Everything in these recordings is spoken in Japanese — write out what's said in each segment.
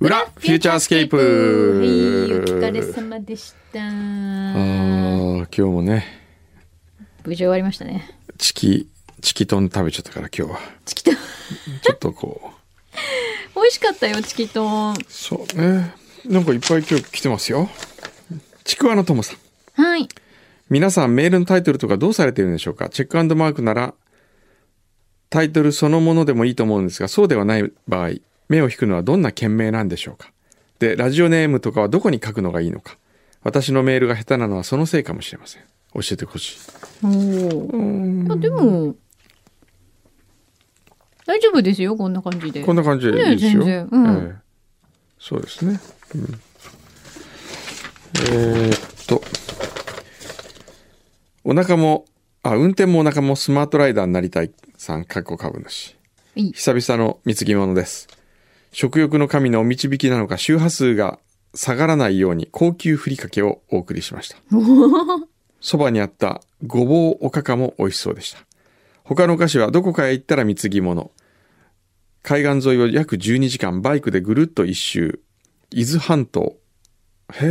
ューチャースケープはい、お疲れ様でした。あー今日もね無事終わりましたね。チキチキトン食べちゃったから今日はチキトン、 ちょっとこう美味しかったよ、チキトン。そうねなんかいっぱい今日来てますよちくわのともさんはい。皆さんメールのタイトルとかどうされてるんでしょうかチェックマークならタイトルそのものでもいいと思うんですがそうではない場合目を引くのはどんな件名なんでしょうかでラジオネームとかはどこに書くのがいいのか私のメールが下手なのはそのせいかもしれません教えてほしいおーいやでも、大丈夫ですよ、こんな感じで。こんな感じでいいですよ。ね全然うんええそうですね。うんえーっと、お腹も、あ、運転もお腹もスマートライダーになりたいさん、かっこ株主。いい久々の貢ぎ物です。食欲の神のお導きなのか、周波数が下がらないように高級ふりかけをお送りしました。そばにあったごぼうおかかも美味しそうでした。他のお菓子はどこかへ行ったら貢ぎ物。海岸沿いを約12時間バイクでぐるっと一周。伊豆半島。へえ、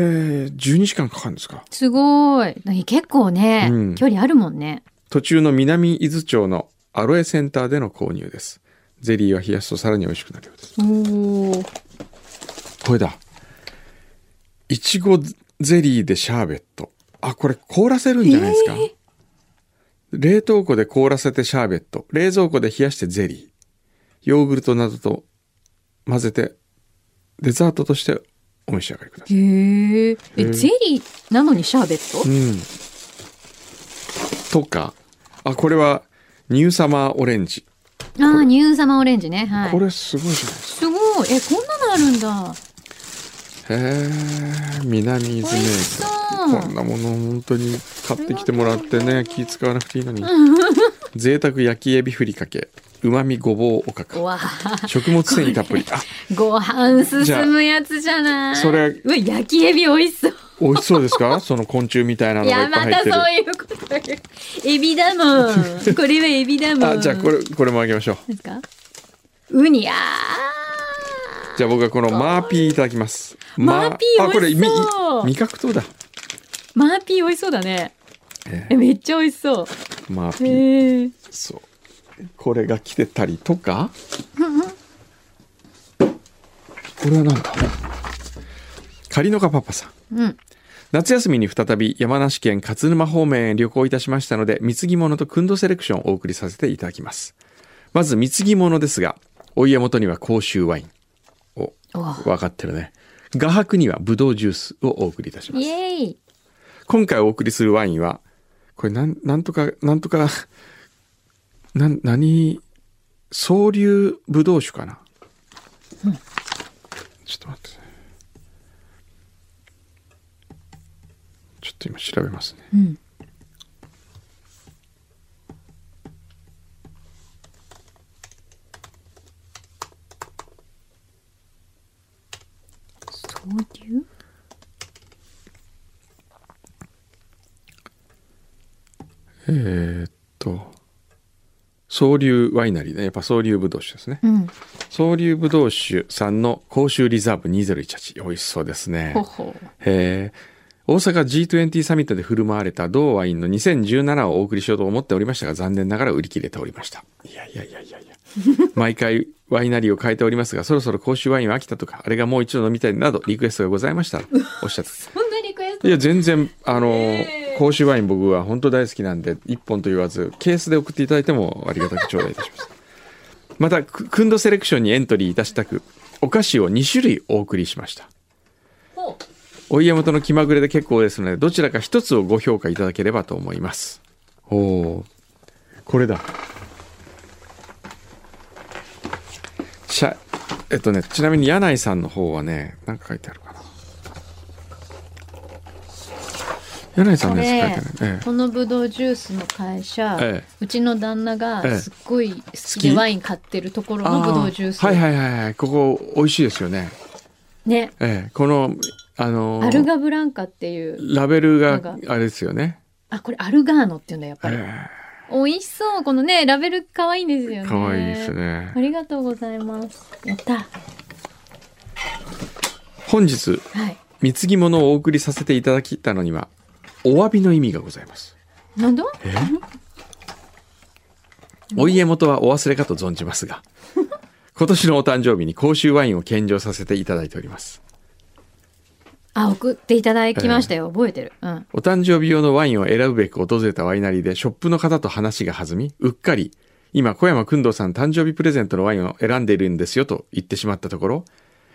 12時間かかるんですか。すごい。結構ね、うん距離あるもんね。途中の南伊豆町のアロエセンターでの購入です。ゼリーは冷やすとさらに美味しくなるようです。おーこれだ。いちごゼリーでシャーベット。あ、これ凍らせるんじゃないですか。冷凍庫で凍らせてシャーベット。冷蔵庫で冷やしてゼリー。ヨーグルトなどと混ぜて、デザートとしてお召し上がりください。へえ。え、ゼリーなのにシャーベットうん。とか、あ、これはニューサマーオレンジ。ああ、ニューサマーオレンジね。はい。これすごいじゃないですすごい。え、こんなのあるんだ。か。へえ、南伊豆メ美味しーそカうー。こんなもの本当に買ってきてもらってね、気使わなくていいのに。贅沢焼きエビふりかけ、旨味ごぼうおかう か。わあ食物繊維たっぷり。あ、ご飯進むやつじゃない。じゃあそれうわ、焼きエビ美味しそう。美味しそうですか その昆虫みたいなのいがいや、っぱまい入たってる。そういうこと言う。エビだもん。これはエビだもん。あ、じゃあこれ。れ、これもあげましょう。ですかウニ、あじゃあ僕はこのマーピーいただきます。マーピーあ、これ美み味しそう味覚糖だ。ーマーピー美味しそうだね。ええ、めっちゃ美味しそう。マーピー。へえ。そう。これが来てたりとか。 これはなんだ。カリノカパパさん。うん。夏休みに再び山梨県勝沼方面へ旅行いたしましたので、貢ぎ物とくんどセレクションをお送りさせていただきます。まず貢ぎ物ですが、お家元には甲州ワイン。お、わあわかってるね。画伯にはブドウジュースをお送りいたしますイ。エーイ。今回お送りするワインは、これなん、なんとか、なんとか、 なん、何、総流ブドウ酒かな、ちょっと待ってね。ちょっと今調べますね。うん。そういうえーっと、総流ワイナリーね。やっぱ総流ブドウ酒ですね。うん。総流ブドウ酒さんの甲州リザーブ2018。美味しそうですね。ほほう。えー大阪 G20 サミットで振る舞われた同ワインの2017をお送りしようと思っておりましたが残念ながら売り切れておりましたいやいやいやいやいや 毎回ワイナリーを変えておりますがそろそろ甲州ワインは飽きたとかあれがもう一度飲みたいなどリクエストがございま したらおっしゃってそんなリクエストいや全然あの、えー甲州ワイン僕は本当大好きなんで1本と言わずケースで送っていただいてもありがたく頂戴いたします またくくんどセレクションにエントリーいたしたくお菓子を2種類お送りしましたほうお家元の気まぐれで結構ですのでどちらか一つをご評価いただければと思いますおおこれだしゃえっとねちなみに柳井さんの方はね何か書いてあるかな柳井さんこのやれつ書いてない、ええこのぶどうジュースの会社、ええうちの旦那ええがすっごい好き好できワイン買ってるところのぶどうジュース、あはいはいはいはいここ美味しいですよねねええこのあのーアルガブランカっていうラベルながんかあれですよね、あこれアルガーノっていうんだやっぱり、え美味しそうこのねラベル可愛いんですよえねかわいいですねありがとうございますやった本日はい。貢ぎ物をお送りさせていただきたのにはお詫びの意味がございますなんだお家元はお忘れかと存じますが 今年のお誕生日に甲州ワインを献上させていただいておりますあ、送っていただきましたよ。覚えてる。うん。お誕生日用のワインを選ぶべく訪れたワイナリーでショップの方と話が弾みうっかり今小山君堂さん誕生日プレゼントのワインを選んでいるんですよと言ってしまったところ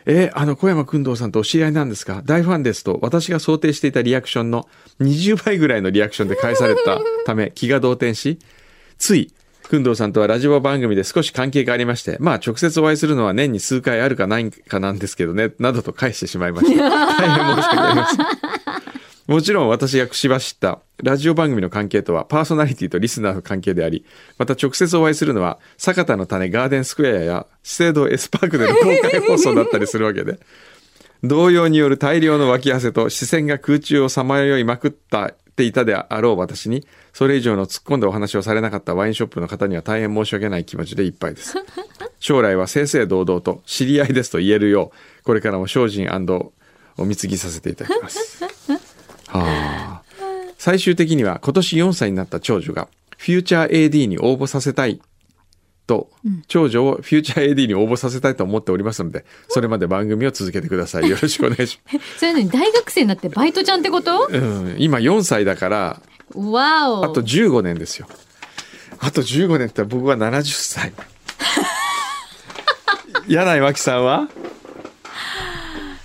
えーあの小山君堂さんとお知り合いなんですか大ファンですと私が想定していたリアクションの20倍ぐらいのリアクションで返され たため気が動転しつい君堂さんとはラジオ番組で少し関係がありましてまあ直接お会いするのは年に数回あるかないかなんですけどねなどと返してしまいました 大変申し訳ありませんもちろん私が串走ったラジオ番組の関係とはパーソナリティとリスナーの関係であり、また直接お会いするのは坂田の種ガーデンスクエアや資生堂エスパークでの公開放送だったりするわけで、同様による大量の脇汗と視線が空中をさまよいまくったっていたであろう私に、それ以上の突っ込んでお話をされなかったワインショップの方には大変申し訳ない気持ちでいっぱいです。将来は正々堂々と知り合いですと言えるよう、これからも精進お貢ぎさせていただきます。はあ、最終的には今年4歳になった長女がフューチャー AD に応募させたいと、長女をフューチャー AD に応募させたいと思っておりますのでそれまで番組を続けてくださいよろしくお願いします、そういうのに大学生になってバイトちゃんってことうん、今4歳だからわお。あと15年ですよあと15年って僕は70歳 柳井真紀さんは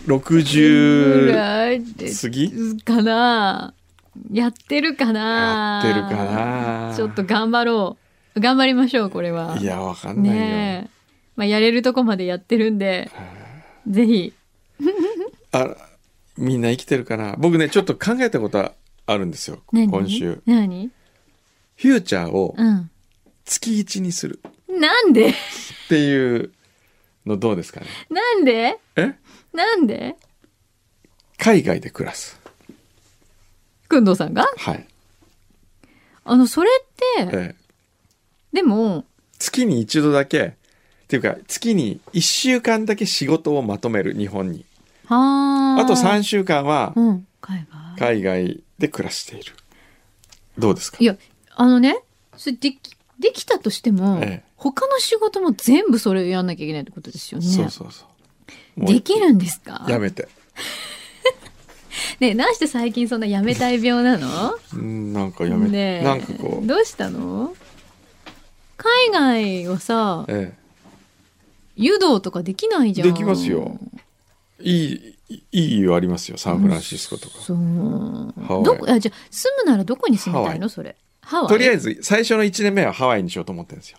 ぐ60らいで過ぎかなやってるかなやってるかなちょっと頑張ろう。頑張りましょう、これは。いやわかんないよ、ねえ。まあ、やれるとこまでやってるんで、ぜひ。あみんな生きてるかな僕ねちょっと考えたことはあるんですよ何今週何フューチャーをうん。月1にするなんで っていうのどうですかねなんでえなんで海外で暮らすくんどうさんがはい、あの、それって、ええでも、月に一度だけっていうか月に1週間だけ仕事をまとめる日本にはあと3三週間はうん、海外。海外で暮らしているどうですかいや、あのね、それでき、できたとしても、ええ他の仕事も全部それやんなきゃいけないってことですよね。そうそうそうもうできるんですかやめてねえ、なんして最近そんなやめたい病なのうんなんかやめて、ねえなんかこうどうしたの海外はさ、ええ誘導とかできないじゃん。できますよ。いい、いい湯ありますよ。サンフランシスコとか。そう。ハワイどこ、あ、じゃあ住むならどこに住みたいハワのそれ。ハワイ。とりあず。えず、最初の1年目はハワイにしようと思ってるんですよ。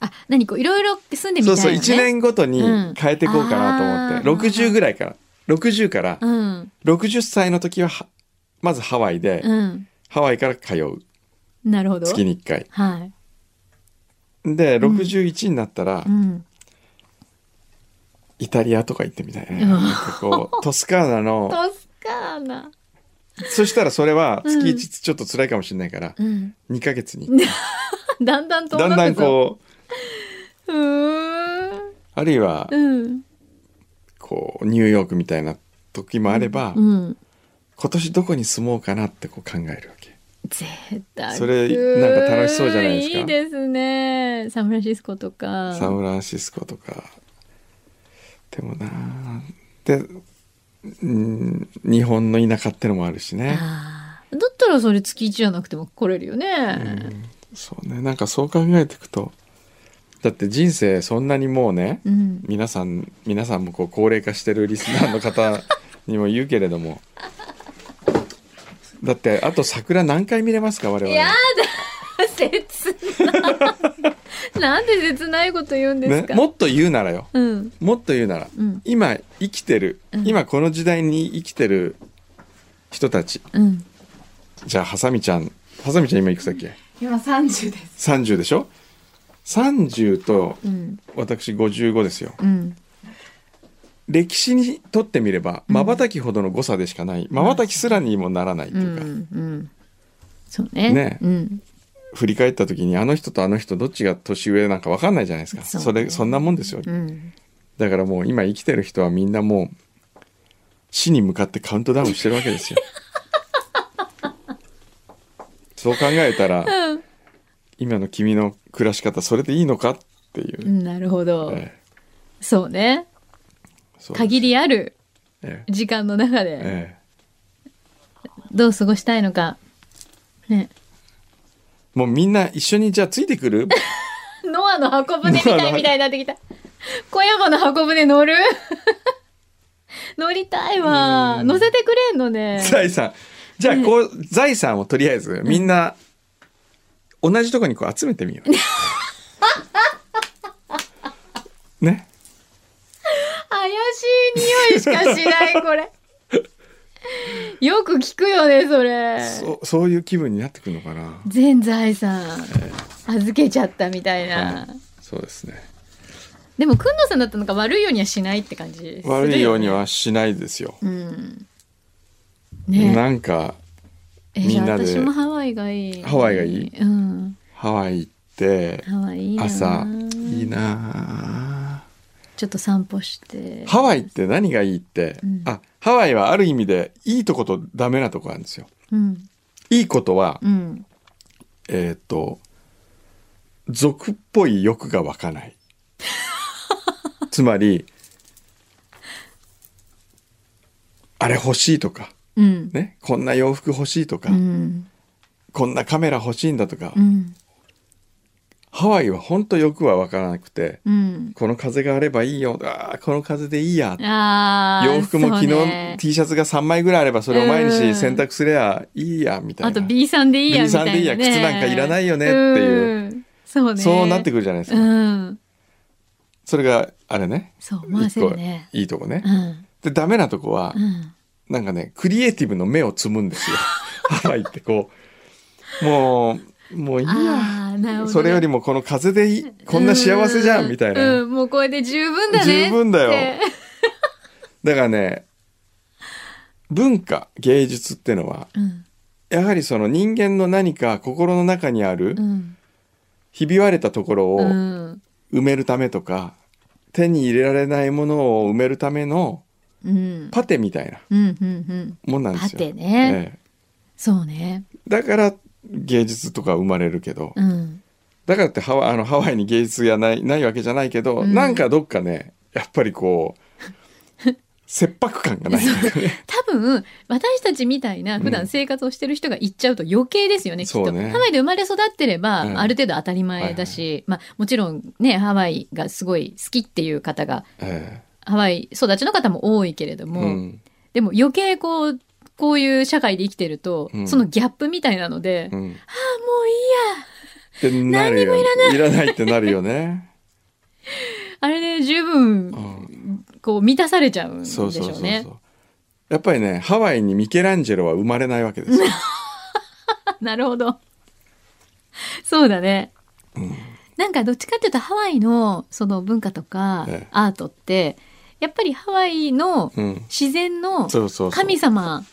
あ、何こう、いろいろ住んでみたそいうの、ね。そう、1年ごとに変えていこうかなと思って。うんあー60ぐらいから。60から、うん。 60歳の時はは、まずハワイで、うん。ハワイから通う。なるほど。月に1回。はい。で、61になったら、うん。イタリアとか行ってみたいね。うんなんかこう、トスカーナの、 トスカーナ。そしたらそれは月うん1ちょっと辛いかもしれないから、うん。 2ヶ月に。だんだん遠だんのだんくぞ。こう、うーん。あるいは、うん。こうニューヨークみたいな時もあれば、うん。今年どこに住もうかなってこう考えるわけ贅沢。それなんか楽しそうじゃないですかいいですね。サンフランシスコとか。サンフランシスコとかでもなあでうん日本の田舎ってのもあるしね、あーだったらそれ月一じゃなくても来れるようね。ん、そうねなんかそう考えていくとだって人生そんなにもうね、うん。皆さん皆さんもこう高齢化してるリスナーの方にも言うけれどもだってあと桜何回見れますか我々やだ切ない。なんで切ないこと言うんでねすか、もっと言うならようん。もっと言うなら、うん。今生きてる、うん今この時代に生きてる人たちうん。じゃあハサミちゃんハサミちゃん今いくつだっけ今三十です。 30でしょ30とうん。私55ですようん。歴史にとってみればうんまばたきほどの誤差でしかないまばたきすらにもならないとういうか、ん。うん。そうね。ねうん。振り返った時にあの人とあの人どっちが年上なんか分かんないじゃないですかそそうれそんなもんですよ、うん。だからもう今生きてる人はみんなもう死に向かってカウントダウンしてるわけです よそう考えたら今の君の暮らし方それでいいのかっていうう、んなるほど、ええそうねそう限りあるええ時間の中でええどう過ごしたいのかねもうみんな一緒にじゃあついてくるノアの箱舟みたノアいのみたいになってきた。小山の箱舟乗る乗りたいわ。うん乗せてくれんのね。財産じゃあこう、財産をとりあえずみんな同じとこにこう集めてみよ うね怪しい匂いしかしない、これ。よく聞くよね、それ。そそういう気分になってくるのかな全財産、預けちゃったみたいはな。いそうですねでも、くんのさんだったのか悪いようにはしないって感じするよね、悪いようにはしないですよ、うん。ねなんかえ。じゃあみんなで私もハワイがいい。ハワイがいいうん。ハワイ行ってハワイいいな。朝いいなあちょっと散歩して。ハワイって何がいいって、うんあハワイはある意味でいいとことダメなとこあるんですようん。いいことは、うん。えっ、と俗っぽい欲が湧かない つまりあれ欲しいとかうん。ねこんな洋服欲しいとか、うん。こんなカメラ欲しいんだとか、うん。ハワイは本当欲は分からなくて、うん。この風があればいいよ、あーこの風でいいや。ああ。洋服も昨そ日うね T シャツが3枚ぐらいあればそれを毎う日ん洗濯すりゃいいや、みたいな。あと B さんでいいや B みたさいんな、でね。いいや靴なんかいらないよねっていううん。そうね。そうなってくる。るじゃないですか。うん。それがあれね、そう、回一せ個るね。いいとこねう。ん。で、ダメなとこはう、ん。なんかね、クリエイティブの目をつむんです よ。ハワイってこう、もう、もういいや。ああ、なるほど、ね。それよりもこの風でいい、こんな幸せじゃん、みたいな。うん。もうこれで十分だね。十分だよってだからね文化芸術ってのはうん。やはりその人間の何か心の中にあるうん。ひび割れたところをうん。埋めるためとか手に入れられないものを埋めるためのうん。パテみたいなうん。うん。もんなうんん。でパすよ。テね。ええそうね。だから芸術とか生まれるけど、うん。だからってハワイあのハワイに芸術がないないわけじゃないけど、うんなんかどっかねやっぱりこう 切迫感がないというかね。多分私たちみたいな普段生活をしてる人が行っちゃうと余計ですよね、うんきっと、そうねハワイで生まれ育ってれば、うんある程度当たり前だし、まあ、もちろんねハワイがすごい好きっていう方がえハワイ育ちの方も多いけれどえも、うんでも余計こうこういう社会で生きてると、うんそのギャップみたいなので、うんもういいってなるよねいらないってなるよ ね。あれで十分うんこう満たされちゃうんでしょそううそうそうそう。ね。やっぱりねハワイにミケランジェロは生まれないわけですよ。なるほど。そうだね。うんなんかどっちかっていうとハワイのその文化とかええアートって、やっぱりハワイのうん、自然のそうそうそう。神様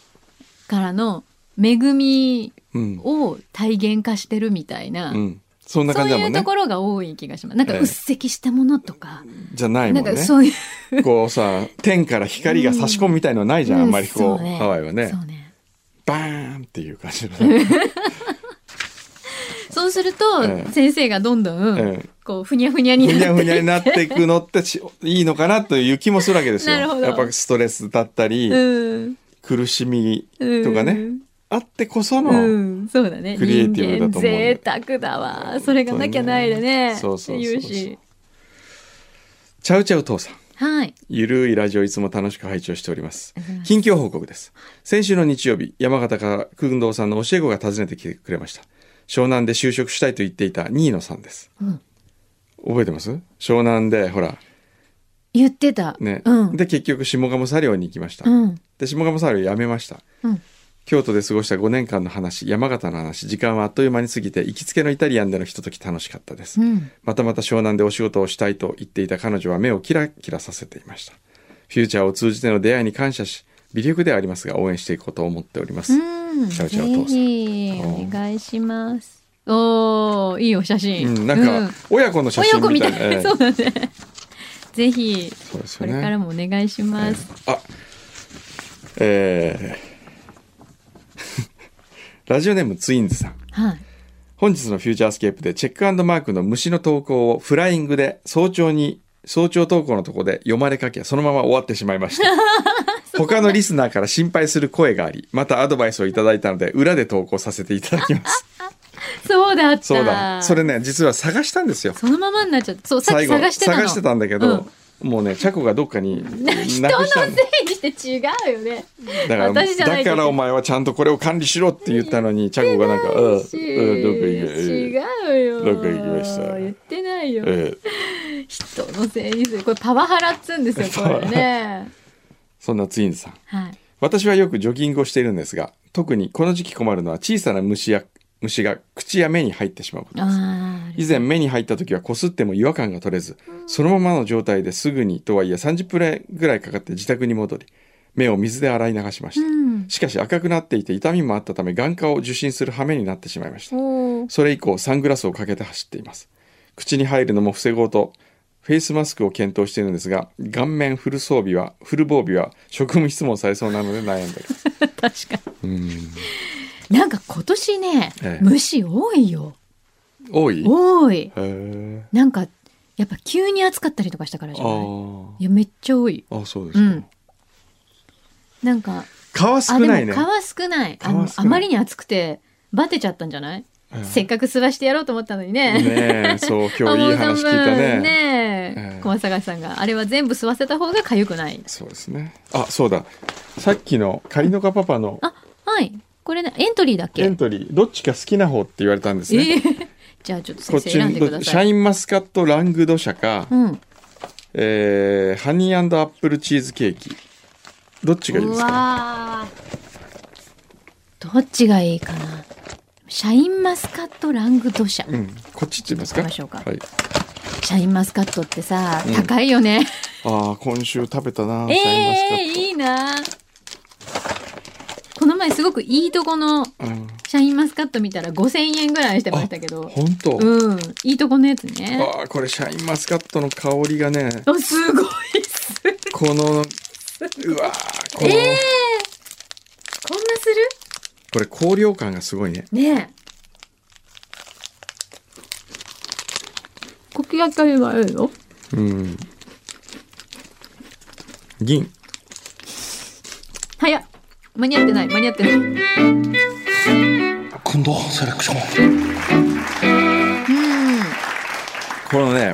からの恵みうん、を体現化してるみたいな、うん、そんなそ感うじだいもうんとね。ころが多い気がします。なんかええうっせきしたものとか、じゃないなもんんねか。そういう、こうさ天から光が差し込むみたいのない じゃん、うんあんまりこう、そうねハワイはねそうね。バーンっていう感じのね、そうするとええ先生がどんどん、えこうふにゃふにゃにえふになゃっふてにゃになっていくのってしいいのかなという気もするわけですよ。なるほどやっぱストレスだったり、うん苦しみうんとかね、あってこその、うん、そうだね。クリエイティブだと思うんだよ人間贅沢だわ。それがなきゃないでね。そうそうそうそうって言うし。ちゃうちゃう父さん。はい。ゆるいラジオいつも楽しく拝聴しております。近況報告です。先週の日曜日、山形から工藤さんの教え子が訪ねてきてくれました。湘南で就職したいと言っていた新野さんです。うん覚えてます湘南で、ほら、言ってた。ね。うん。で、結局、下鴨作業に行きました。うん。で、下鴨作業辞めました。うん。京都で過ごした5年間の話、山形の話、時間はあっという間に過ぎて、行きつけのイタリアンでのひととき楽しかったですう。ん。またまた湘南でお仕事をしたいと言っていた彼女は目をキラキラさせていました。フューチャーを通じての出会いに感謝し、微力ではありますが応援していこうと思っております。うん。チャぜウチャウ父さんひ、お願いします。おー、いいお写う真。ん、なんうか、親子の写親真子みみたたいな。えい。えそうだね。ぜひ、そうですこよれかね。らもお願いします。あ、えー ラジオネームツインズさん。はい。本日のフューチャースケープでチェックマークの虫の投稿をフライングで早朝に早朝投稿のとこで読まれかけそのまま終わってしまいま した他のリスナーから心配する声がありまたアドバイスをいただいたので裏で投稿させていただきますそうだった。そうだそれね実は探したんですよそのままになっちゃった。そう、さっ最き後探してたの。探してたんだけど、もうねチャコがどっかになく 人のしたんだせいにして違うよね。だから私じゃなだいけどからお前はちゃんとこれを管理しろって言ったのにチャコがなんか「うんうんどっか行け違うよ。どっか行きました言ってないよ。ええ人のせいにする。これパワハラっつうんですよ、これね。そんなツインズさんはい。私はよくジョギングをしているんですが特にこの時期困るのは小さな虫や虫が口や目に入ってしまうことですああ。以前目に入った時はこすっても違和感が取れずそのままの状態ですぐにとはいえ30分ぐらいかかって自宅に戻り目を水で洗い流しましうた、ん。しかし赤くなっていて痛みもあったため眼科を受診する羽目になってしまいましたおーそれ以降サングラスをかけて走っています口に入るのも防ごうとフェイスマスクを検討しているんですが顔面フル装備はフル防備は職務質問されそうなので悩んでいます確かうんに。なんか今年ね、ええ虫多いよ。多いへ多い。えなんか、やっぱ急に暑かったりとかしたからじあゃないーいや、めっちゃ多い。あそうですうか、ん。なんか、蚊は少ないねあでも蚊は少ないあ蚊のは少あないまりに暑くてバテちゃったんじゃない、うんせっかく吸わしてやろうと思ったのにねねえそう今日いい話聞いた思う存ね分ねえええ小松坂さんがあれは全部吸わせた方が痒くないそうですねあそうださっきのカリノカパパのあはいこれねエントリーだっけエントリーどっちか好きな方って言われたんですね、ええ じゃあちょっとこっ先生ち選んにでどくっだちシャさいインマスカットラングドシャか、うんえーハニーアップルチーズケーキどっちがいいうですかわーどっちがいいかなシャインマスカットラングドシャ、うんこっちって言いますか行きましょうかはい、シャインマスカットってさ、うん高いよねああ今週食べたなシャインマスカええット、いいなこの前すごくいいとこのうんシャインマスカット見たら5000円ぐらいしてましたけど本当、うんいいとこのやつねああこれシャインマスカットの香りがね あすごいすごいこのうわーこの、ええこんなすこれ香料感がすごいねるねえコキがかりはあるようん銀早っ間に合ってない間に合ってないうん今度セレクションこのね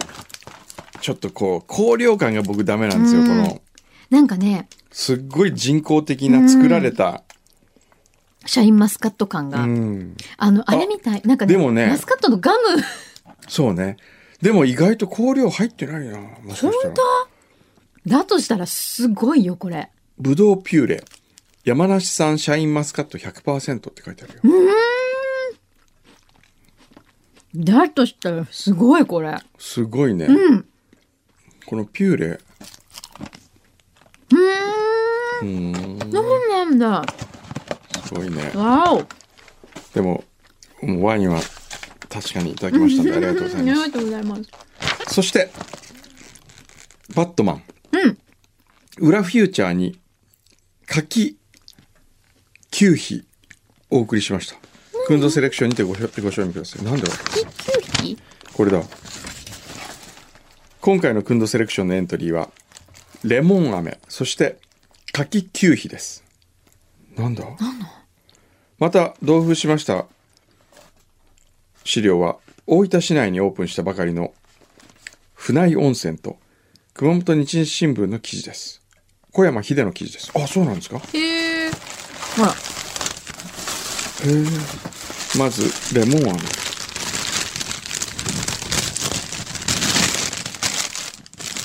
ちょっとこう香料感が僕ダメなんですよ、うんこのなんかねすっごい人工的な作られた、シャインマスカット感が、うんあのあれみたいなんかでもねマスカットのガムそうね。でも意外と香料入ってないな。もしかしたら。だとしたらすごいよこれぶどうピューレ。山梨産シャインマスカット100%って書いてあるよ。だとしたらすごいこれすごいね。うんこのピューレ。うーうんーん。そうなんだすごいね。わおでも、もうワインは確かにいただきましたんで、ありがとうございま ありがとうございますす。そして、バットマン。うん裏フューチャーに、柿、キュウヒ、お送りしました。クンドセレクションにてごしょご賞味ください。なんでキキュウヒこれだ今回のクンドセレクションのエントリーはレモン飴そして柿キュウヒですなんだまた同封しました資料は大分市内にオープンしたばかりの船井温泉と熊本日日新聞の記事です小山秀の記事ですあそうなんですかへえほらまずレモン飴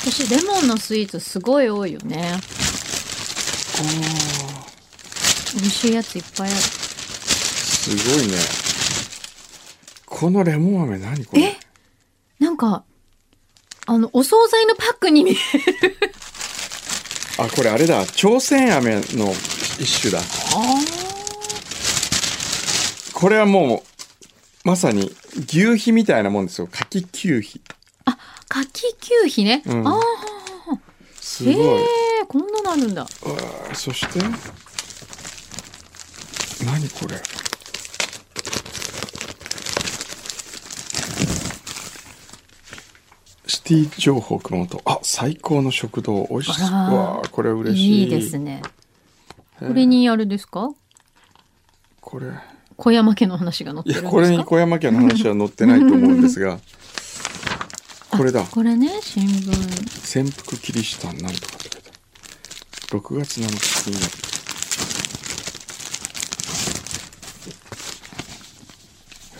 私レモンのスイーツすごい多いよね美味しいやついっぱいあるすごいねこのレモン飴何これえなんかあのお惣菜のパックに見えるあこれあれだ朝鮮飴の一種だこれはもうまさに牛皮みたいなもんですよ柿牛皮柿キュウヒね、うんああすへごいえこんなのあるんだうわーそして何これシティ情報熊本あ最高の食堂美味しそうあらわあこれ嬉しいいいですね。これにあれですかこれ小山家の話が載っいてるやんですかこれに小山家の話は載ってないと思うんですがこれだあこれね、新聞。潜伏キリシタンなんとかって書いてある6月7日金曜日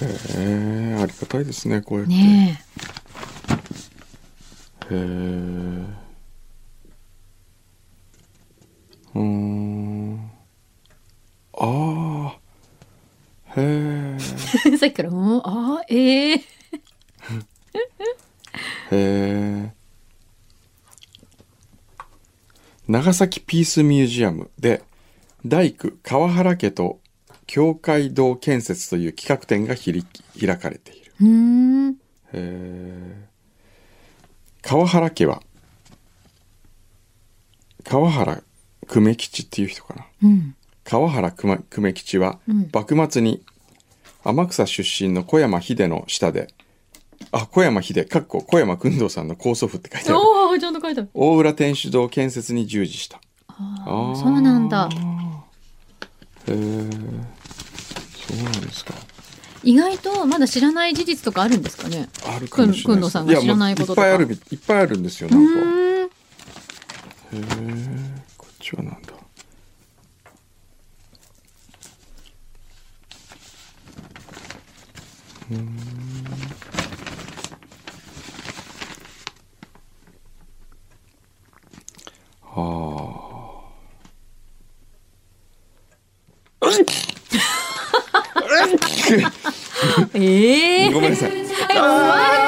へえありがたいですねこうやって、ねえ。へえうーんああへ さっきから、うん、ああ、えええへえ長崎ピースミュージアムで大工川原家と教会堂建設という企画展がひり開かれているうーん。えー川原家は川原久米吉っていう人かなうん。川原久米久米吉はうん幕末に天草出身の小山秀の下であ小山秀かっこ小山君堂さんの高祖父って書いてあるおお、ちゃんと書いてある。大浦天主堂建設に従事したあああ、ーそうなんだ。へえそうなんですか意外とまだ知らない事実とかあるんですかね。あるかもしれくないでんくんどすさんが知らないこととかやもういっぱいあるみいっぱいあるんですようなんか。ーん。へえこっちはなんだうーんあええーごめんなさいはい、うまい